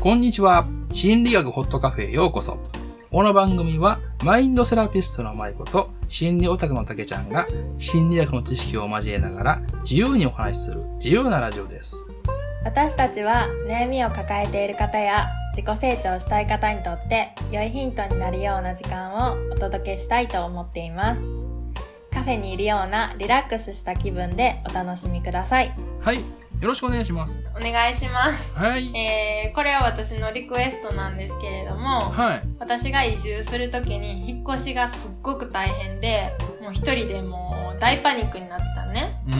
こんにちは。心理学ホットカフェへようこそ。この番組は、マインドセラピストの舞子と、心理オタクの竹ちゃんが、心理学の知識を交えながら、自由にお話しする、自由なラジオです。私たちは悩みを抱えている方や自己成長したい方にとって良いヒントになるような時間をお届けしたいと思っていますカフェにいるようなリラックスした気分でお楽しみくださいはい。よろしくお願いします。お願いします、はい。えーこれは私のリクエストなんですけれどもはい。私が移住する時に引っ越しがすっごく大変でもう一人でもう大パニックになってたのねう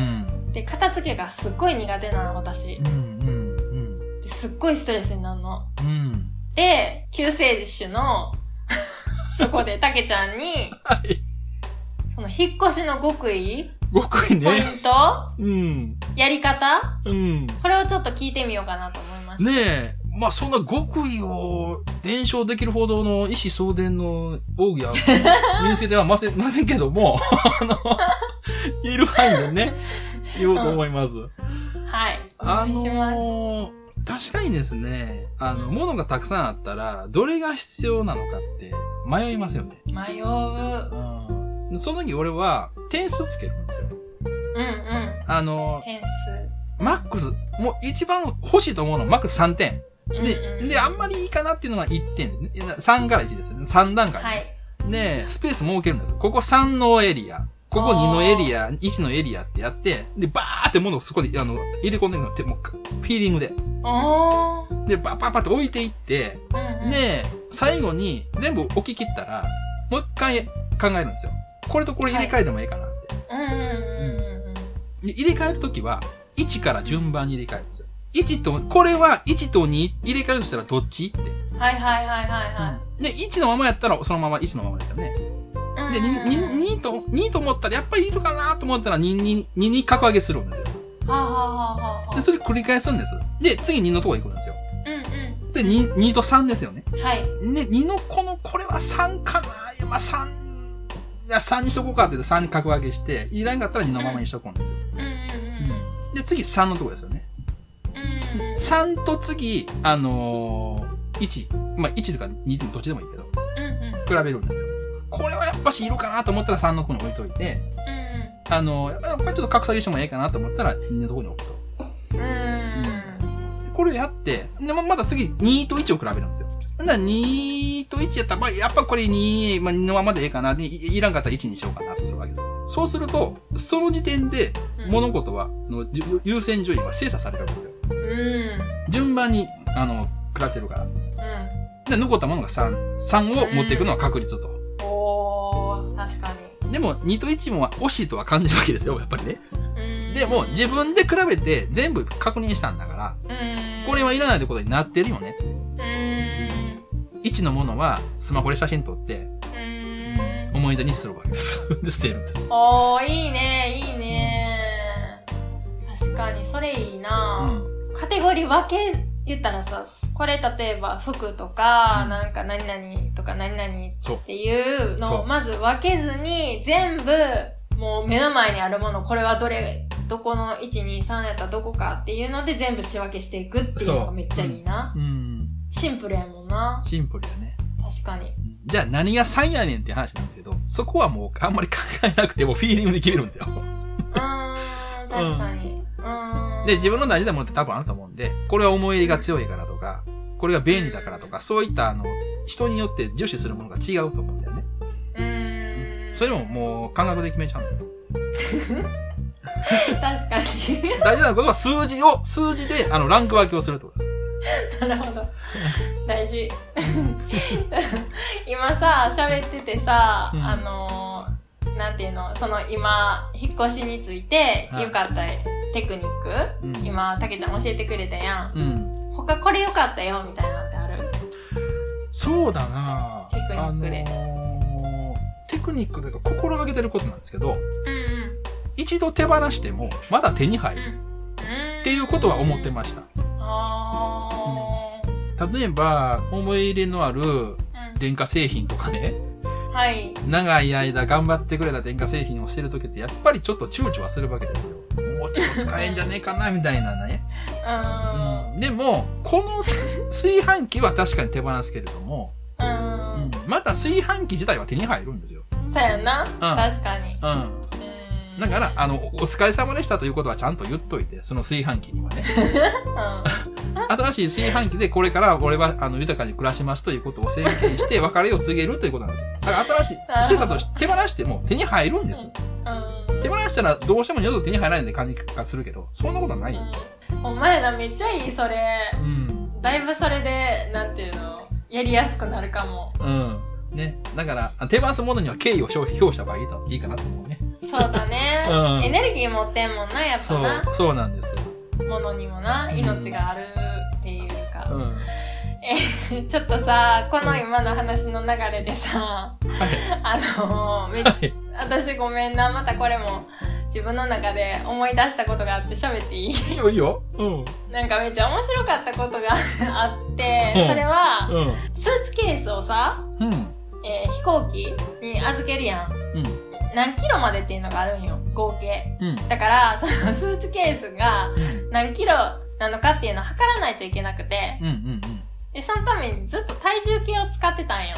ん。で片付けがすっごい苦手なの私うん、うん、ですっごいストレスになるのうん。うん。で救世主の そこでたけちゃんにはい。その引っ越しの極意僕ポイね。ントうん。やり方うん。これをちょっと聞いてみようかなと思いました、ねえ、まあそんな極意を伝承できるほどの意思相伝の奥義は身につけてはません、ませんけども、 あの、いる範囲で ね、言おうと思います。はいおあ願いします、のー確かにですね、あの、物がたくさんあったら、どれが必要なのかって迷いますよね。迷ううん。その時俺は点数つけるんですよ。うんうんあの点ーマックス、もう一番欲しいと思うのはマックス3点。数。うんうで、んで、あんまりいいかなっていうのが1点でね。3から1ですよね。3段階。はい。で、スペース設けるんですよ。ここ3のエリア。ここあー2のエリア、1のエリアってやって、で、バーって物をそこで、あの、入れ込んでいくのって、もう、フィーリングで。おー。で、バーバーバーって置いていって、うんうん、で、最後に全部置き切ったら、もう一回考えるんですよ。これとこれ入れ替えてもいいかなって。うんうんうんうん。で入れ替えるときは、1から順番に入れ替えるんですよ。1と、これは1と2入れ替えるとしたらどっちって。はいはいはいはいはで、1のままやったらそのまま1のままですよね。い。で、うんうんうん 2, 2と、2と思ったら、やっぱりいるかなと思ったら、2に、2に格上げするんですよ。はあ、はあはあはあ、で、それ繰り返すんです。で、次2のとこ行くんですよ。うんうで、2、2と3ですよね。ん。はい。で、2のこの、これは3かないやまあ3、いや、3にしとこうかって言って3に格上げして、いらんかったら2のままにしとこう、うんうんうん、で、次3のとこですよね。うん。うんうん3と次、あのー、1。まあ、1とか2でもどっちでもいいけど、うんうん。比べるんですよ。これはやっぱしいるかなと思ったら3のとこに置いといて、あの、やっぱりちょっと格下げしてもええかなと思ったら、みんなとこに置くと。うんうん。うんこれをやって、でままた次、2と1を比べるんですよ。なんだら2と1やったら、まあ、やっぱこれ2、まあ、2のままでええかな、でいいらんかったら1にしようかなとするわけです。そうすると、その時点で、うん。物事は、のゆゆ優先順位は精査されるんですよ。うん。うん。順番に、あの、食らってるから。で、残ったものが3。3を持っていくのは確率と。おー、確かでも、2と1も惜しいとは感じるわけですよ、やっぱりね。に。うん。でも、自分で比べて全部確認したんだから、うん。これはいらないってことになってるよね。うん。うん。 1のものはスマホで写真撮って思い出にするわけです。 で、捨てるんです。おー、いいね、いいね。確かに、それいいな。うカテゴリー分け言ったらさこれ例えば服とか、うんなんか何々とか何々っそう。ていうそのうをまず分けずに全部もう目の前にあるものこれはどれどこの123やったらどこかっていうので全部仕分けしていくっていうのそうがめっちゃいいな、うん。シンプルやもんなシンプルだね。確かにじゃあ何が3やねんっていう話なんだけど、そこはもうあんまり考えなくてもフィーリングで決めるんですよ。うーん確かにうーんで、自分の大事なものって多分あると思うんで、これは思い入れが強いからとか、これが便利だからとか、そういったあの、人によって重視するものが違うと思うんだよね。うーんそれももう感覚で決めちゃうんですよ。確かに大事なことは数字を、数字であの、ランク分けをするってことです。なるほど大事 今さ喋っててさ、うんあのーなんていうのその今引っ越しについてはい良かったテクニッうク、ん今たけちゃん教えてくれたやんうん。他これ良かったよみたいなのってあるそうだなテクニックであのーテクニックというか心がけてることなんですけど、うん一度手放してもまだ手に入うんうるんうんっていうことは思ってました。あー例えば、思い入れのあるう電化製品とかね、んはい長い間頑張ってくれた電化製品をしてるときって、やっぱりちょっと躊躇はするわけですよ。もうちょっと使えんじゃねえかな、みたいなね。うんうんでも、この炊飯器は確かに手放すけれども、ううんん、また炊飯器自体は手に入るんですよ。そうやんな、確かにうん。うんだから、あの、おお疲れ様でしたということはちゃんと言っといて、その炊飯器には ね。うん新しい炊飯器でこれから俺はあの豊かに暮らしますということを宣言して別れを告げるということなんですよ。だから新しいあー捨てたとして手放しても手に入るんですよ。うん手放したらどうしても二度と手に入らないんで感じがするけど、そんなことはない。うんお前らめっちゃいいそれうん。だいぶそれでなんていうのやりやすくなるかもうん。ね。だから、あ手放すものには敬意を表表した方がいいといいかなと思うね。そうだね、 うんエネルギー持ってんもんなやっそぱなう、そうなんですよ。ものにもな命があるっていううか、ん。え ちょっとさこの今の話の流れでさはい。 あのめはい。私ごめんなまたこれも自分の中で思い出したことがあって喋っていいいいよ、いいよ。うん。なんかめっちゃ面白かったことがあってうんそれはうん。スーツケースをさ、うん。えー飛行機に預けるやんうん。何キロまでっていうのがあるんよ合計うん。だからそのスーツケースがうん。何キロなのかっていうのを測らないといけなくてうん。うん。でそのためにずっと体重計を使ってたんよ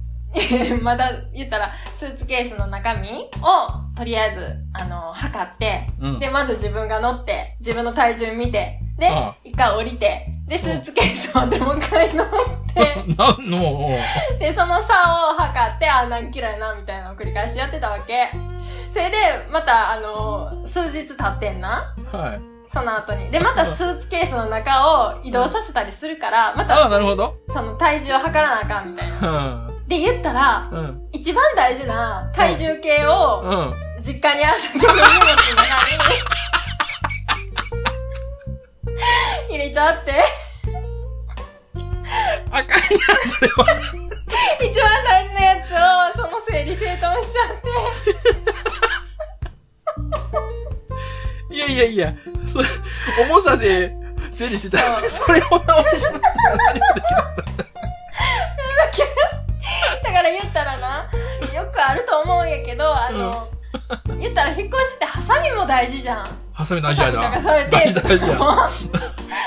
まだ言ったらスーツケースの中身をとりあえずあの測ってうん。 うん。でまず自分が乗って自分の体重見てでああ一回降りてでスーツケースをでもう一回乗って なんの、で、その差を測って、あ、何キロやな、みたいなのを繰り返しやってたわけ。それで、また、あの、数日経ってんな。はい。その後に。で、またスーツケースの中を移動させたりするから、まああ、た、なるほど。その体重を測らなあかん、みたいな。うで、言ったら、ん。うん。一番大事な体重計うを、ん。実家に預けてる荷物の中に、入れちゃって、あかんやん、それは。一番大事なやつを、その整理整頓しちゃって、いやいやいや、そ重さで整理してたら、それを直してしまったら何もできない。だから言ったらなよくあると思うんやけどあの、言ったら引っ越しってハサミも大事じゃんハサミ大事やハな。サミとかそういうテープ大事大事やも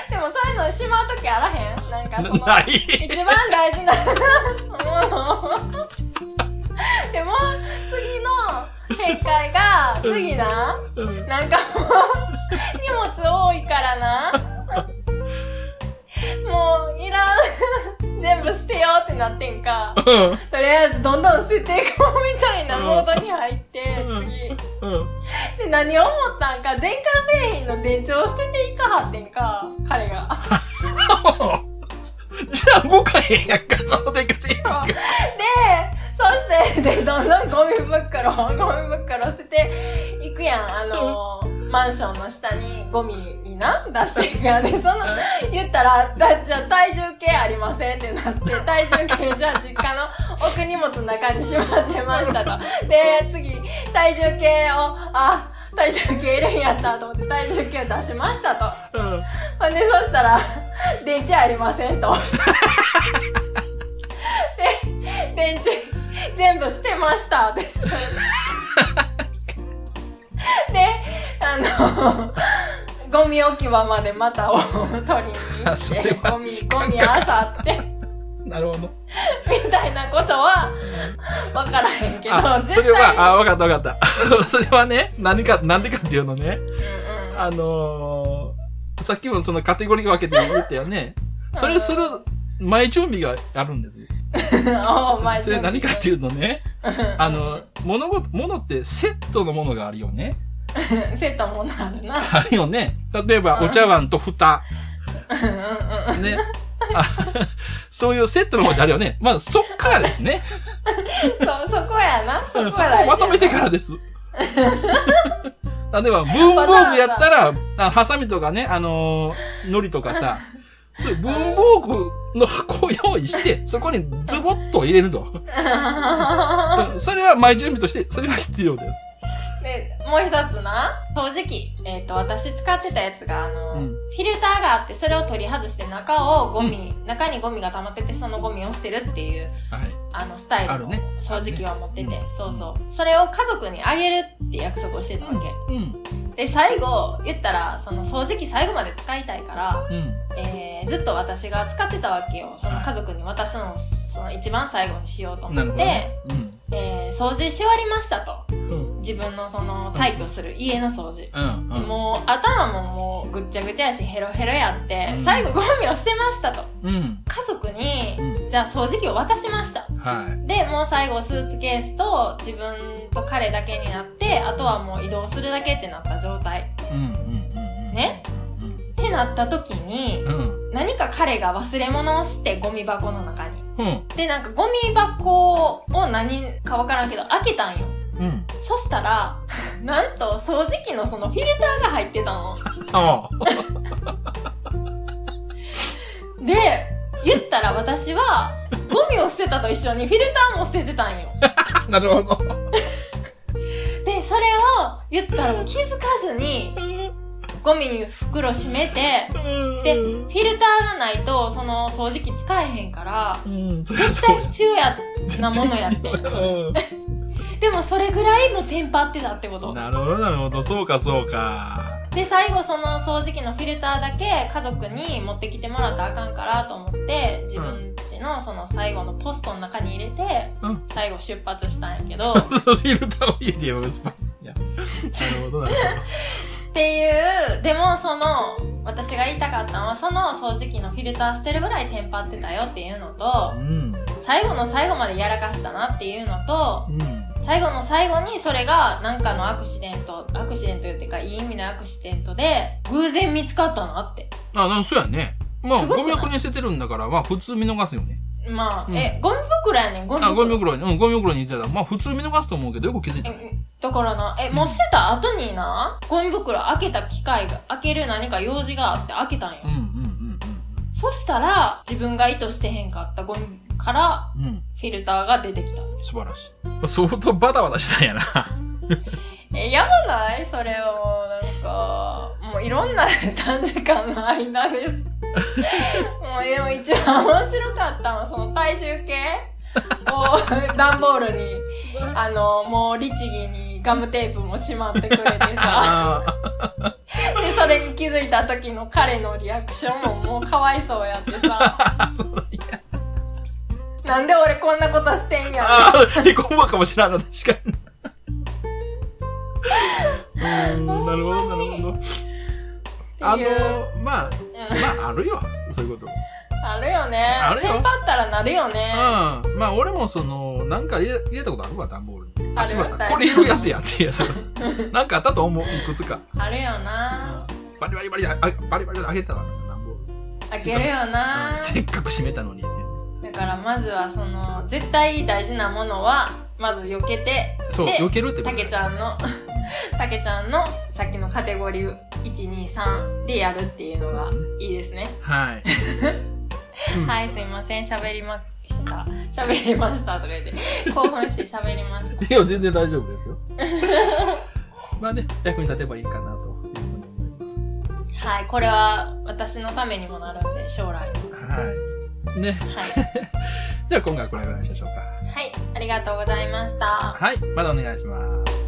でもそういうのしまう時あらへんなんかそのなない。一番大事な ものでも次の展開が次なうんなんかもう荷物多いから なもういらん全部捨てようってなってんかうん。とりあえずどんどん捨てていこうみたいなモードに入って、うん次。うん。で、何を思ったんか、電化製品の電池を捨てていかはってんか、彼が。じゃあ動かへんやんか、そのでかせやんか。で、そして、で、どんどんゴミ袋、 ゴミ袋捨てていくやん、あのーマンションの下にゴミにな出していくやんで、その、言ったら、だじゃあ体重計ありませんってなって、体重計じゃあ実家の奥荷物の中にしまってましたと。で、次、体重計を、あ、体重計いるんやったと思って体重計を出しましたと。うん。ほんで、そしたら、 電池ありませんと。 で、電池、全部捨てましたって。で、あの、ゴミ置き場までまたを取りに行あそれって、はゴミ時、間かゴミあさって、なるほど。みたいなことは、わからへんけど、あ、そ絶れ対は、あ、わかったわかった。それはね、何か、なんでかっていうのね。うんうんあのー、さっきもそのカテゴリー分けて言ったよ ね。それする前準備があるんですよ。 おうまいそれ何かっていうとね、うんあの、物事、物ってセットのものがあるよね。セットものあるな。あるよね。例えば、うんお茶碗と蓋。うんうんうんね。あ そういうセットのものってあるよね。まず、そっからですね。そう、 そこやな。そそこをこは大事やなまとめてから です。例えば、ブームブームやったら、あハサミとかね、あのー、海苔とかさ、そういう文房具の箱を用意して、そこにズボッと入れると。うんそれは前準備として、それは必要です。 で、もう一つな、掃除機。えっ、と、私使ってたやつが、あの、うんフィルターがあって、それを取り外して中をゴミ、中にゴミが溜まってて、そのゴミを捨てるっていう、はい。あの、スタイあルるのね掃除機は持ってて、うんそうそう。それを家族にあげるって約束をしてたわけ。うん。で、最後、言ったら、その掃除機最後まで使いたいから、うん。えー、ずっと私が使ってたわけよ。その家族に渡すのを、その一番最後にしようと思なるっほどて、ね。うん。えー掃除し終わりましたと。うん。自分のその退去する家の掃除。うん。もう頭ももうぐっちゃぐちゃやしヘロヘロやって、うん最後ゴミを捨てましたとうん。家族にうん。じゃあ掃除機を渡しましたはい。でもう最後スーツケースと自分と彼だけになってあとはもう移動するだけってなった状態うん。うん。うん。うんね。ってなった時にうん。うん。何か彼が忘れ物をしてゴミ箱の中にうん。でなんかゴミ箱を何かわからんけど開けたんようん。そしたらなんと掃除機のそのフィルターが入ってたのあで言ったら私はゴミを捨てたと一緒にフィルターも捨ててたんよあ。 なるほど。でそれを言ったら気づかずにゴミに袋閉めてでフィルターがないとその掃除機使えへんからうん。絶絶対必要やなものやってて。でもそれぐらいもうテンパってたってことなるほど、なるほど。そうか、そうか。で最後その掃除機のフィルターだけ家族に持ってきてもらったらあかんからと思って自分ちのその最後のポストの中に入れてうん最後出発したんやけ どまずフィルターを入れてよろしくいや。なるほど、なるっていうでもその私が言いたかったのはその掃除機のフィルター捨てるぐらいテンパってたよっていうのほとど。うん。最後の最後までやらかしたなっていうのとうん。最後の最後にそれが何かのアクシデントアクシデントっていうかいい意味のアクシデントで偶然見つかったなってあ、なんそうやね。まあ、すごくゴないミ箱に捨ててるんだから、まあ、普通見逃すよね。まあ、うんえゴミ袋やねんゴミあ、ゴミ袋袋に、うん、ゴミ袋に入れてたら、まあ、普通見逃すと思うけど、よく気づいた。えだからなえもう捨てた後になゴミ袋開けた機械が開ける何か用事があって開けたんよ、うん、うん、うん、そしたら自分が意図してへんかったゴミからうん。うん、フィルターが出てきた。素晴らしい。相当バタバタしたんやな。え、やばないそれを、なんか、もういろんな短時間の間 です。もうでも一番面白かったのは、その体重計を段ボール に、あの、もう律儀にガムテープもしまってくれて さ、ああ、で、それに気づいた時の彼のリアクションももうかわいそうやって さ、そういや。なんで俺こんなことしてんやああ、へこむわかもしれんな、確 かに。うーん、なるほど、なるほど。あっていうの、まあ、うんまあ、あるよ。そういうこと。あるよね。あるよテンパったらなるよね。うん。まあ、俺もその、なんか入れ入れたことあるわ、段ボールに。あるしまった大丈夫これいるやつやっていうやつ。なんかあったと思う、いくつか。あるよな。バリバリバリで、あバリバリであげたわ、段ボール。あげるよなうん。せっかく閉めたのに。だからまずはその絶対大事なものはまず避けてそう、で避けるってことたけちゃんの たけちゃんのさっきのカテゴリー123でやるっていうのがいいですね、はい。うん はいすいません喋りました喋りましたとか言って興奮して喋りましたいや、全然大丈夫 ですよ。まあね、役に立てばいいかなというふうに思います。はいこれは私のためにもなるんで将来のはい。ね。はい、じゃあ今回はこれぐらいにしましょうか。はい、ありがとうございましたはい。またお願いします。